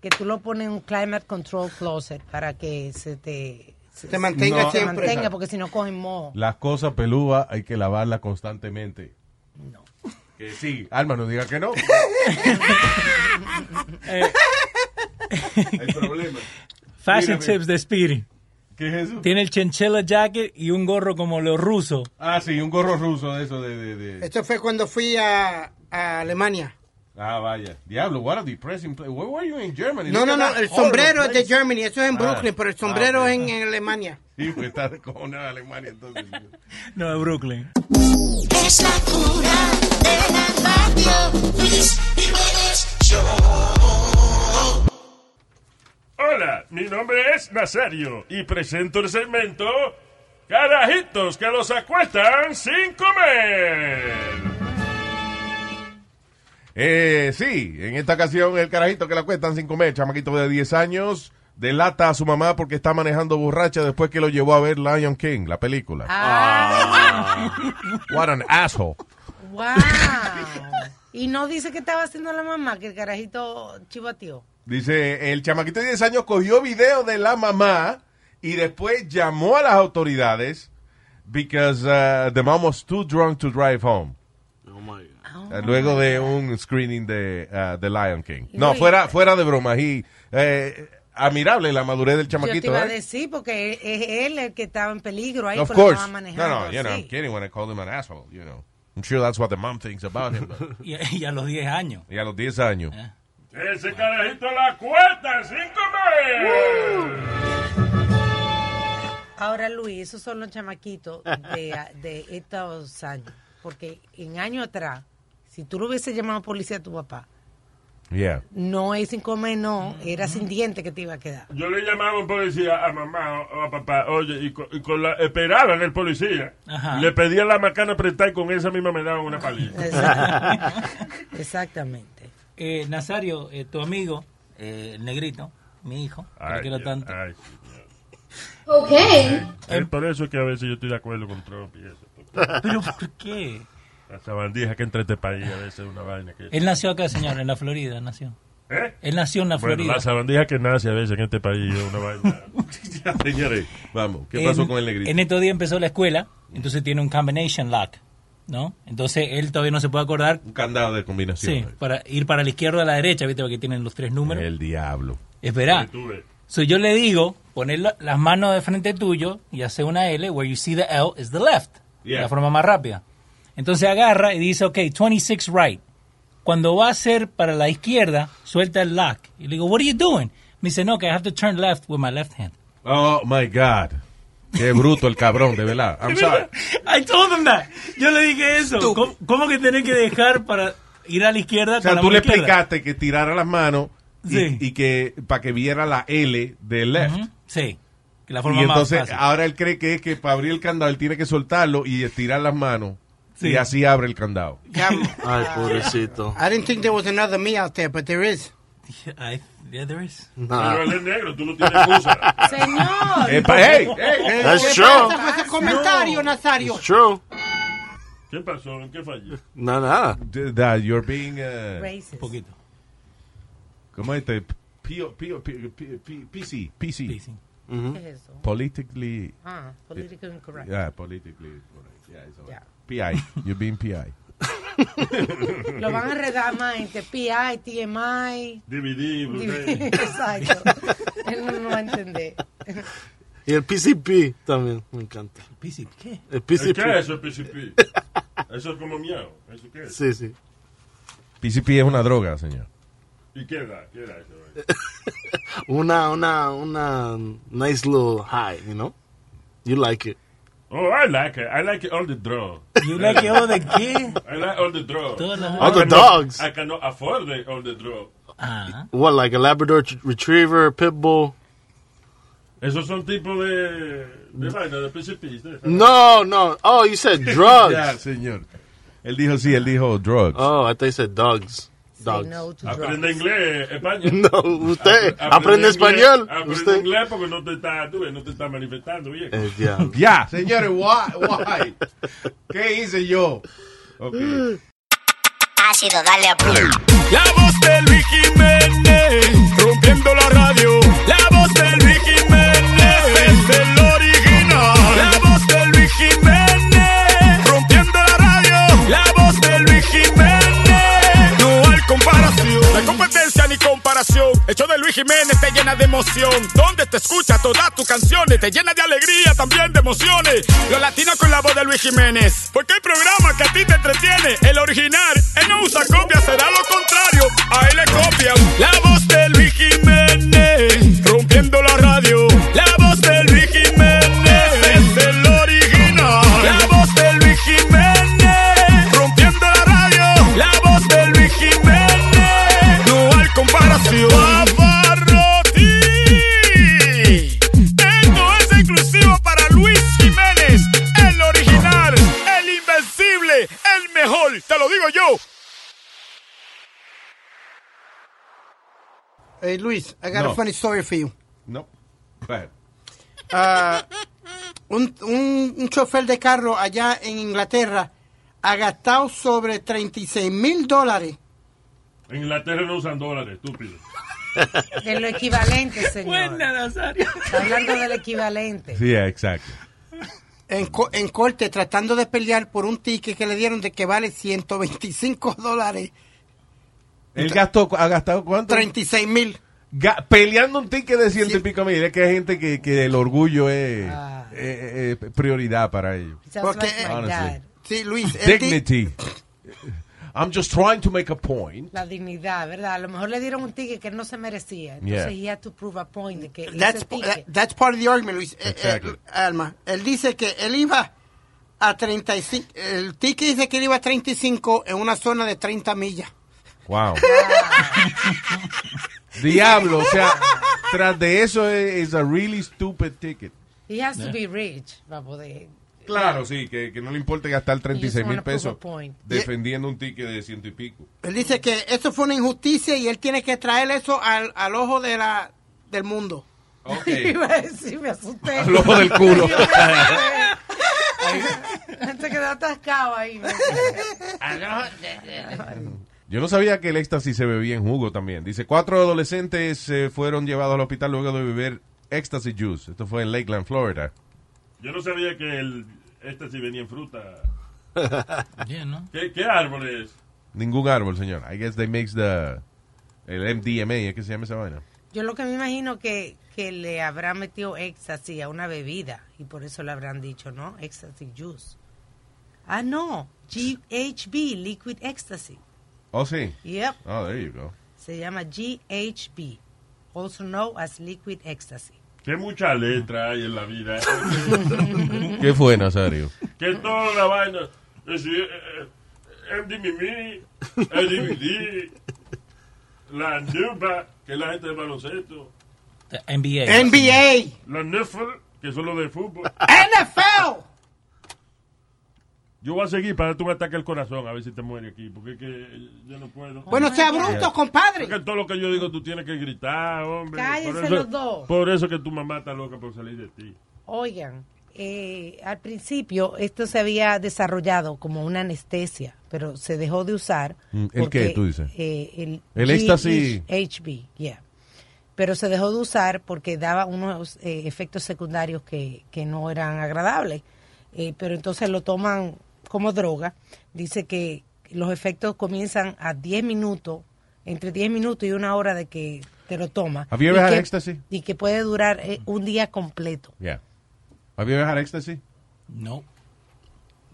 C: Que tú lo pones en un climate control closet para que se te... Se,
G: Te mantenga
C: se
G: siempre.
C: mantenga, porque si no cogen moho.
B: Las cosas pelúas hay que lavarlas constantemente. No. Que sí. Alma, no diga que no. hay problema.
E: Fashion
B: Mírame.
E: tips de Speedy.
B: ¿Qué es eso?
E: Tiene el chinchilla jacket y un gorro como los rusos.
B: Ah, sí, un gorro ruso de eso de... de- de-
G: Esto fue cuando fui a, a Alemania.
B: Ah, vaya. Diablo, what a depressing place. Where were you in Germany?
G: No,
B: Look
G: no,
B: at
G: no,
B: that
G: el
B: horrible
G: sombrero es de
B: place.
G: Germany, eso es en
B: Ah.
G: Brooklyn, pero el sombrero
B: Ah,
G: es en,
B: ok.
G: en Alemania.
B: Sí, pues está con Alemania entonces.
E: No, de Brooklyn.
K: Es la cura de la radio, Luis Jiménez Show.
H: Hola, mi nombre es Nazario y presento el segmento Carajitos que los acuestan sin comer.
B: Eh, sí, en esta ocasión el carajito que la cuestan sin comer, chamaquito de 10 años, delata a su mamá porque está manejando borracha después que lo llevó a ver Lion King, la película.
C: Ah.
B: Ah. What an asshole.
C: ¡Wow! Y no dice que estaba haciendo la mamá, que el carajito chivateó.
B: Dice, el chamaquito de 10 años cogió video de la mamá y después llamó a las autoridades because uh, the mom was too drunk to drive home.
A: Oh my god.
B: Eh, Luego de un screening de uh, The Lion King. No,
C: Luis.
B: fuera, fuera de broma. y eh, admirable la madurez del
C: Yo te
B: chamaquito.
C: iba a
B: ¿eh?
C: decir, porque es- es él el que estaba en peligro ahí
B: Of
C: con la
B: course.
C: mamá
B: No,
C: manejando.
B: no, you know, I'm
C: sí.
B: kidding when I called him an asshole, you know. I'm sure that's what the mom thinks about him. but-
E: Y, y a los 10 años.
B: y a los 10 años.
E: Eh.
H: Ese carajito la acuestan sin comer.
C: Ahora, Luis, esos son los chamaquitos de, de estos años. Porque en años atrás, si tú lo hubieses llamado policía a tu papá,
B: Yeah.
C: no es sin comer, no, era sin diente que te iba a quedar.
H: Yo le llamaba a un policía a mamá o, o a papá, oye, y, co- y con la, esperaban el policía.
E: Ajá.
H: Le pedían la macana prestada y con esa misma me daban una paliza.
C: Exactamente. Exactamente.
E: Eh, Nazario, eh, tu amigo, eh, el negrito, mi hijo, que lo
H: Ay,
E: quiero
H: Dios,
E: tanto.
H: ay.
K: Okay.
H: Es por eso que a veces yo estoy de acuerdo con Trump y eso.
E: ¿Pero por qué?
H: Esa bandija que entra este país a veces es una vaina que...
E: Él nació acá, señor, en la Florida, nació.
H: ¿Eh?
E: Él nació en la
H: Bueno,
E: Florida.
H: la sabandija que nace a veces en este país es una vaina.
B: Ya, señores, vamos. ¿Qué pasó
E: En-
B: con el negrito?
E: En estos días empezó la escuela, entonces tiene un combination lock, ¿no? Entonces él todavía no se puede acordar,
B: Un candado de
E: sí,
B: combinación.
E: para ir para la izquierda o la derecha, ¿viste? Porque tienen los tres números.
B: El diablo.
E: Espera.
H: Tú ves.
E: So yo le digo, poner la- las manos de frente tuyo y hace una L, where you see the L is the left.
B: Yeah.
E: La forma más rápida. Entonces agarra y dice, ok, 26 right. Cuando va a ser para la izquierda, suelta el lock. Y le digo, what are you doing? Me dice, no, que I have to turn left with my left hand.
B: Oh, my God. Qué bruto el cabrón, de verdad. I'm sorry.
E: I told him that. Yo le dije eso. ¿Cómo, cómo que tenés que dejar para ir a la izquierda?
B: O
E: con
B: sea,
E: la
B: tú
E: mano
B: le
E: izquierda?
B: explicaste que tirara las manos y,
E: Sí.
B: y que para que viera la L de left.
E: Ujú, Sí. Que la
B: Y
E: forma más
B: entonces ah.
E: fácil.
B: ahora él cree que es que para abrir el candado él tiene que soltarlo y estirar las manos.
E: Sí.
B: Y así abre el candado.
G: Damn.
A: Ay, pobrecito.
G: I didn't think there was another me out there, but there is.
E: I, yeah, there is.
L: Ah.
F: Nah.
H: Pero él es negro, tú no tienes excusa.
C: Señor.
B: Eh,
H: Epa, hey, hey, hey. That's
G: ¿Qué
H: true.
G: pasa con ese comentario,
H: No.
G: Nazario?
H: It's true. ¿Qué pasó? ¿En qué fallé?
F: No, nada.
B: That you're being. uh,
C: Racist.
E: Poquito.
B: ¿Cómo es este? P- P- P- P- P- PC. PC.
C: Mhm. ¿Qué es eso?
B: Politically.
C: Ah, politically incorrect.
B: Yeah, politically correct. Yeah, it's all
C: Yeah.
B: right. PI. You're being PI.
C: Lo van a enredar más entre PI, TMI.
H: DVD, Blu-ray.
C: Exacto. Él no lo va a entender.
F: Y el PCP también, me encanta.
E: PCP qué?
F: El PCP.
H: ¿Qué es eso, PCP? Eso es como miau. ¿Eso qué es?
F: Sí, sí.
B: PCP es una droga, señor.
H: ¿Y qué da? ¿Qué da eso?
F: Una, una, una nice little high, you know? You like it.
H: Oh, I like it. I like it all the draw.
E: You like it all the qué?
H: I like all the draw.
E: Todas las-
F: All the
H: I cannot-
F: dogs.
H: I cannot afford the, all the draw.
E: Ah.
F: What, like a Labrador tr- Retriever, Pitbull?
H: Esos son tipos de... De vaina, de PCP. ¿sí?
F: No, no. Oh, you said drugs.
B: Ya, señor. Él dijo sí, él dijo drugs.
F: Oh, I thought you said dogs. Dogs.
H: Aprende inglés, España.
F: No, usted aprende español,
H: inglés, Aprende
F: usted.
H: inglés porque no te está, tú ves, no te está manifestando bien.
F: Eh, ya.
B: Ya, señores, why, why? ¿Qué hice yo? Mm. Okay.
A: Ha sido darle a play.
L: La voz de Luis Jiménez, rompiendo la radio. La voz de Luis Jiménez, es el original. La voz de Luis Jiménez, rompiendo la radio. La voz de Luis Jiménez, no hay comparación. No hay competencia ni comparación. El show de Luis Jiménez te llena de emoción. Donde te escucha todas tus canciones, te llena de alegría, también de emociones. Los latinos con la voz de Luis Jiménez. Porque el programa que a ti te entretiene, el original, él no usa copia, será lo contrario. A él le copian. La voz de Luis Jiménez, rompiendo la radio. La voz de Luis Jiménez, es el original. La voz de Luis Jiménez, rompiendo la radio. La voz de Luis Jiménez, no hay comparación. Pavarotti. Esto es exclusivo para Luis Jiménez, el original, el invencible, el mejor, te lo digo yo.
G: Hey, Eh, Luis, I got
B: No.
G: a funny story for you.
B: No. Go ahead.
G: Ah, un, un, un chofer de carro allá en Inglaterra ha gastado sobre 36 mil dólares.
H: En Inglaterra no usan dólares, estúpido.
C: De lo equivalente, señor. Buena,
E: Nazario.
C: Está hablando del equivalente.
B: Sí, exacto.
G: En, co- en corte, tratando de pelear por un ticket que le dieron de que vale 125 dólares,
B: Él gastó, ha gastado cuánto?
G: 36 mil.
B: Ga- peleando un ticket de ciento y pico mil. Es que hay gente que, que el orgullo es,
G: Ah.
B: es- es prioridad para ellos.
G: Porque,
B: like my Honestly. dad.
G: sí, Luis, el ti-
B: Dignity. I'm just trying to make a point.
C: La dignidad, ¿verdad? A lo mejor le dieron un ticket que él no se merecía. Entonces, he
B: Yeah.
C: had to prove a point de que hizo
G: That's,
C: el ticket.
G: that's part of the argument, Luis. Eh,
B: Exactly.
G: eh, Alma, él dice que él iba a 35, el ticket dice que él iba a 35 en una zona de 30 millas.
B: Wow.
G: Ah.
B: Diablo, o sea, tras de eso es, es a really stupid ticket.
C: He has to
B: Yeah.
C: be rich para poder...
B: Claro, sí, que, que no le importa gastar 36 mil
C: wanna prove
B: pesos
C: a point.
B: defendiendo un ticket de ciento y pico.
G: Él dice que eso fue una injusticia y él tiene que traer eso al, al ojo de la, del mundo.
B: Ok.
C: Iba a decir, me asusté.
B: Al ojo del culo.
C: Te quedó atascado ahí. ¿no?
B: Yo no sabía que el éxtasis se bebía en jugo también. Dice, cuatro adolescentes eh, fueron llevados al hospital luego de beber ecstasy juice. Esto fue en Lakeland, Florida.
H: Yo no sabía que el, este sí venía en fruta.
E: Yeah, ¿no?
H: ¿Qué, qué árbol es?
B: Ningún árbol, señor. I guess they mix the... El MDMA, ¿es que se llama esa vaina?
C: Yo lo que me imagino que, que le habrán metido éxtasis a una bebida y por eso le habrán dicho, ¿no? Ecstasy juice. Ah, no. GHB, liquid ecstasy.
B: Oh, sí.
C: Yep.
B: Oh, there you go.
C: Se llama GHB, also known as liquid ecstasy.
H: Qué mucha letra hay en la vida.
B: ¿Qué fue, Nazario?
H: que toda la vaina... Es decir, eh, eh, MDMA, LDMD, la nuba, que es la gente de baloncesto.
E: The NBA.
G: NBA.
H: La NFL, que son los de fútbol.
G: NFL.
H: Yo voy a seguir para tú me ataques el corazón, a ver si te muere aquí, porque es que eh, yo no puedo.
G: Bueno, sea bruto, compadre.
H: Porque todo lo que yo digo tú tienes que gritar, hombre.
C: Cállense
H: Por eso-
C: los dos.
H: Por eso que tu mamá está loca por salir de ti.
C: Oigan, eh, al principio esto se había desarrollado como una anestesia, pero se dejó de usar.
B: Mm, ¿el
C: porque,
B: qué, tú dices?
C: eh, el
B: El éxtasis.
C: GHB, yeah. Pero se dejó de usar porque daba unos eh, efectos secundarios que, que no eran agradables. Eh, pero entonces lo toman como droga. Dice que los efectos comienzan a 10 minutos, entre 10 minutos y una hora de que te lo tomas.
B: Have
C: Y
B: you ever had
C: que-
B: ecstasy?
C: Y que puede durar eh, un día completo.
B: Yeah. Have you ever had ecstasy?
E: No.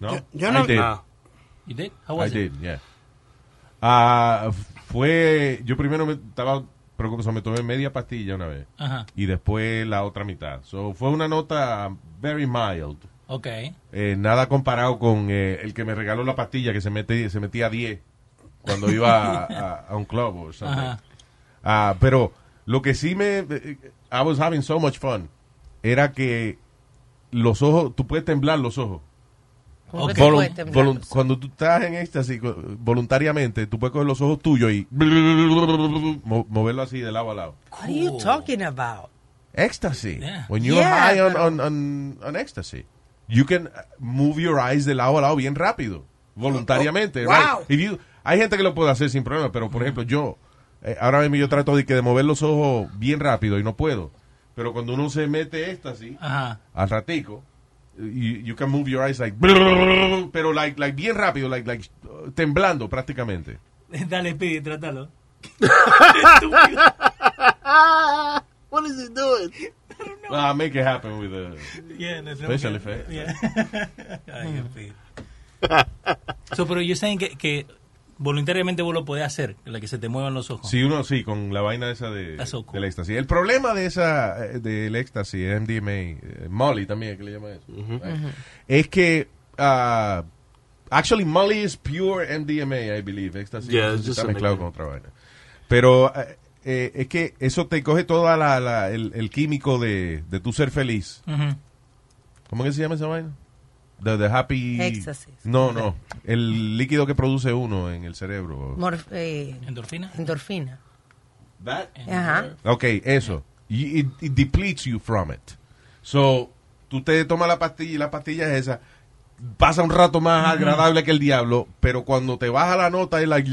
B: No.
E: yo
B: I
E: no-
B: did.
E: Ah. You did? How was
B: I
E: it?
B: did, yeah. Ah, fue, yo primero me estaba preocupado, o sea, me tomé media pastilla una vez
E: Ajá.
B: y después la otra mitad. So, fue una nota very mild.
E: Ok.
B: Eh, nada comparado con eh, el que me regaló la pastilla que se mete, se metía a 10 cuando iba a, a- a un club o something.
E: Ajá.
B: Ah, pero lo que sí me eh, I was having so much fun era que los ojos, tú puedes temblar los ojos.
C: ¿Cómo que
B: Volun-
C: tú puedes temblar
B: volun- Cuando tú estás en éxtasis co- voluntariamente, tú puedes coger los ojos tuyos y mo- moverlo así de lado a lado.
C: What are you talking about?
B: Ecstasy.
C: Yeah.
B: When you're
C: Yeah,
B: high on, on, on, on ecstasy, you can move your eyes de lado a lado bien rápido, voluntariamente.
J: Oh,
B: right?
J: wow.
B: If you- hay gente que lo puede hacer sin problema, pero por ejemplo yo, eh, ahora mismo yo trato de, que de mover los ojos bien rápido y no puedo. Pero cuando uno se mete éxtasis,
E: Ajá.
B: al ratico, you, you can move your eyes like, pero like, like bien rápido, like, like uh, temblando prácticamente.
E: Dale, pide, trátalo.
F: what is he doing?
B: Well, I Ah, make it happen with a
E: Yeah, no, no,
B: special
E: okay.
B: effect.
E: Yeah. Ay, Dios mío. Mm. so, pero you're saying que, que voluntariamente vos lo podés hacer, la que se te muevan los ojos.
B: Sí, uno sí, con la vaina esa de,
E: That's so cool.
B: del éxtasis. El problema de esa, eh, del éxtasis, MDMA, eh, Molly también, que le llaman eso, right?
E: Ujú.
B: es que, ah, actually, Molly is pure MDMA, I believe. Éxtasis
F: Yeah,
B: no sé
F: it's
B: si
F: just
B: está
F: a
B: mezclado
F: mixture.
B: con otra vaina. Pero eh, eh, es que eso te coge todo la, la- el, el químico de, de tu ser feliz.
E: Ujú.
B: ¿Cómo que se llama esa vaina? The, the happy...
C: Éxtasis.
B: No, no. El líquido que produce uno en el cerebro.
C: Morf- eh,
E: ¿Endorfina?
C: Endorfina.
B: That?
C: Ajá.
B: Ok, eso. Y- It, it depletes you from it. So, tú te tomas la pastilla y la pastilla es esa. Pasa un rato más
E: Mm-hmm.
B: agradable que el diablo, pero cuando te baja la nota es like...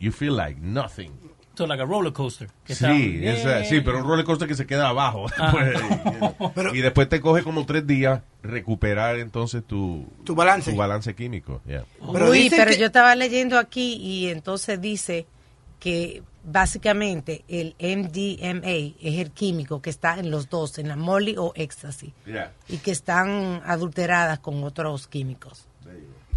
B: You feel like nothing.
E: So, like a roller coaster. que está-
B: Sí, esa- sí, pero un roller coaster que se queda abajo. después, y después te coge como tres días recuperar entonces tu,
G: Tu balance.
B: tu balance químico. yeah.
G: Pero
C: Uy,
G: dicen
C: pero
G: que-
C: yo estaba leyendo aquí y entonces dice que básicamente el MDMA es el químico que está en los dos, en la molly o éxtasis,
G: Yeah.
C: y que están adulteradas con otros químicos.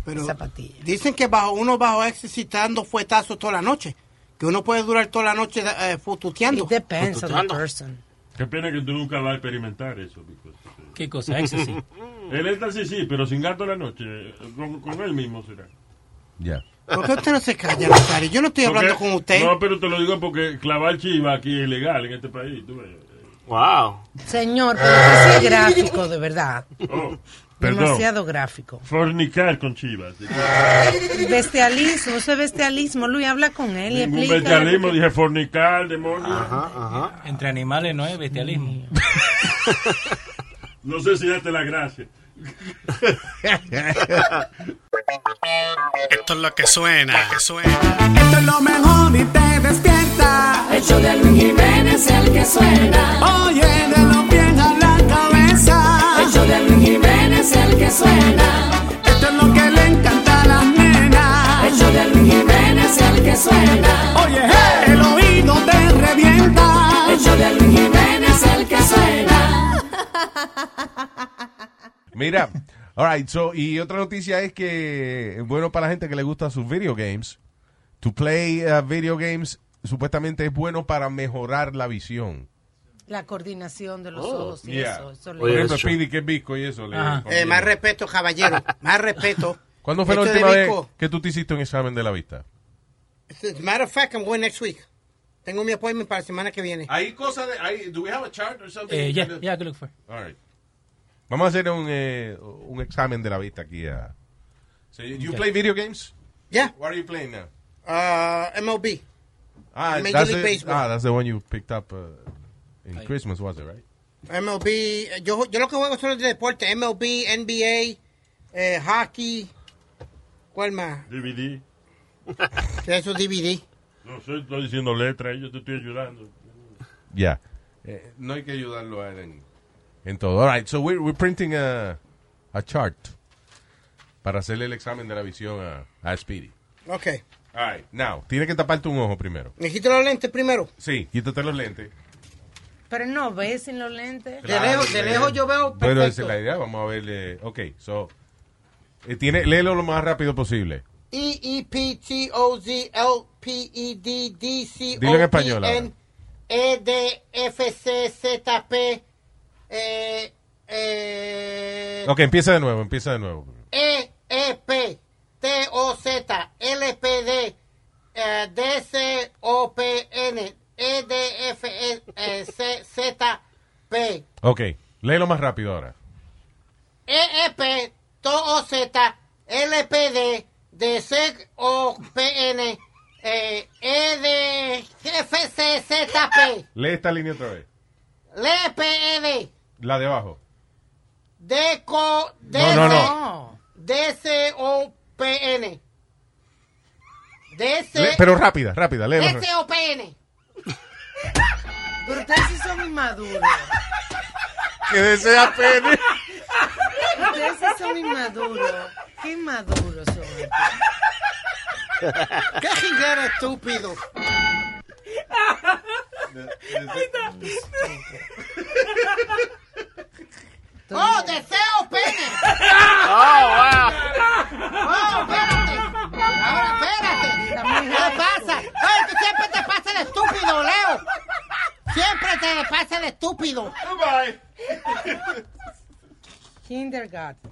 G: Pero
C: Esa pastilla.
G: dicen que bajo uno bajo éxtasis está dando fuetazos toda la noche. Que uno puede durar toda la noche eh, fututeando.
C: depends on the person.
H: Qué pena que tú nunca vas a experimentar eso. because, eh,
E: ¿Qué cosa? Éxtasis.
G: Mm.
H: El éxtasis sí, pero sin gato la noche. eh, Con, con él mismo será.
G: ¿Por qué usted no se calla, Nazario? Yo no estoy hablando
H: Porque-
G: con usted.
H: No, pero te lo digo porque clavar chiva aquí es ilegal en este país. Tú ves.
F: Wow.
C: Señor, pero que sea gráfico, de verdad.
H: Oh, perdón.
C: Demasiado gráfico.
H: Fornicar con chivas.
G: Ah.
C: Bestialismo, eso es bestialismo. Luis, habla con él y
H: Ningún
C: explícale.
H: bestialismo, dije fornicar, demonio.
E: Entre animales no es bestialismo.
H: No sé si date la gracia.
M: Esto es lo que suena. que suena.
A: Esto es lo mejor y te despierta. El show de Luis Jiménez, el que suena. Oye, de los pies a la cabeza. El show de Luis Jiménez, el que suena. Esto es lo que le encanta a las nenas. El show de Luis Jiménez, el que suena. Oye, hey, el oído te revienta. El show de Luis Jiménez, el que suena.
B: Mira, all right, so, y otra noticia es que, bueno, para la gente que le gusta sus video games, to play uh, video games supuestamente es bueno para mejorar la visión.
C: La coordinación de los
G: Oh,
C: ojos y
B: yeah.
C: eso. eso le-
B: Por ejemplo, Speedy, que es visco y eso. le-
G: Ajá.
B: con-
G: Eh, más respeto, caballero. Más respeto. Este
B: ¿Cuándo fue la
G: Esto de
B: última vez
G: Vico.
B: que tú te hiciste un examen de la vista?
G: As a este, matter of fact, I'm going next week. Tengo mi appointment para la semana que viene.
B: Hay cosas de... Hay, ¿Do we have a chart or something? Eh,
E: Eh, yeah, yeah, I could look for it.
B: All right. Vamos a hacer un, eh, un examen de la vista aquí. a- So, you you
G: Okay.
B: play video games?
I: Yeah.
B: What are you playing now?
I: Uh, MLB.
B: Ah,
I: Major
B: that's
I: League
B: it.
I: Baseball.
B: Ah, that's the one you picked up uh, in Christmas, was it, right?
I: MLB. Yo, yo lo que juego son los de deporte. MLB, NBA, eh, hockey. ¿Cuál más?
H: DVD.
I: ¿Qué es eso DVD?
H: No sé, estoy diciendo letras, yo te estoy ayudando.
B: Yeah.
G: Eh, no hay que ayudarlo a él en-
B: En todo. All right, so we're, we're printing a, a chart para hacerle el examen de la visión a, a Speedy.
I: Ok.
B: All right, now, tiene que taparte un ojo primero.
I: Necesito los lentes primero.
B: Sí, quítate los lentes.
C: Pero no ve sin los lentes.
B: Claro,
I: lejos- de
B: sí.
I: lejos yo
G: Oh,
I: veo
B: Bueno,
I: perfecto.
B: esa es la idea. Vamos a ver. eh, ok, so. eh, tiene, léelo lo más rápido posible.
I: E E P T O Z L P E D D C O
B: Dilo en español ahora.
I: P, N, E D F C Z P eh, eh,
B: Ok, empieza de nuevo, empieza de nuevo.
I: E E P T O Z L P D eh, D C O P N E D F E, eh, C Z P E,
B: Ok, léelo más rápido ahora.
I: EEP, TOOZ, LPD, DCOPN, eh, EDFCZP,
B: Lee esta línea otra vez.
I: LPED,
B: La de abajo.
I: DCO,
B: No, no, no.
I: DCOPN.
G: Este
B: Le- pero rápida, rápida, léelo.
I: DCOPN.
C: Pero ustedes sí son inmaduros.
B: Que desea pene.
C: Ustedes sí son inmaduros. Qué inmaduros son.
I: ¡Qué jiguera estúpido! ¡Oh, deseo pene! ¡Oh, espérate! ¡Ahora espérate! ¿Qué pasa? ¡Ay, tú siempre te pasa el estúpido, Leo! ¡Siempre te le pasa el estúpido!
C: Kindergarten.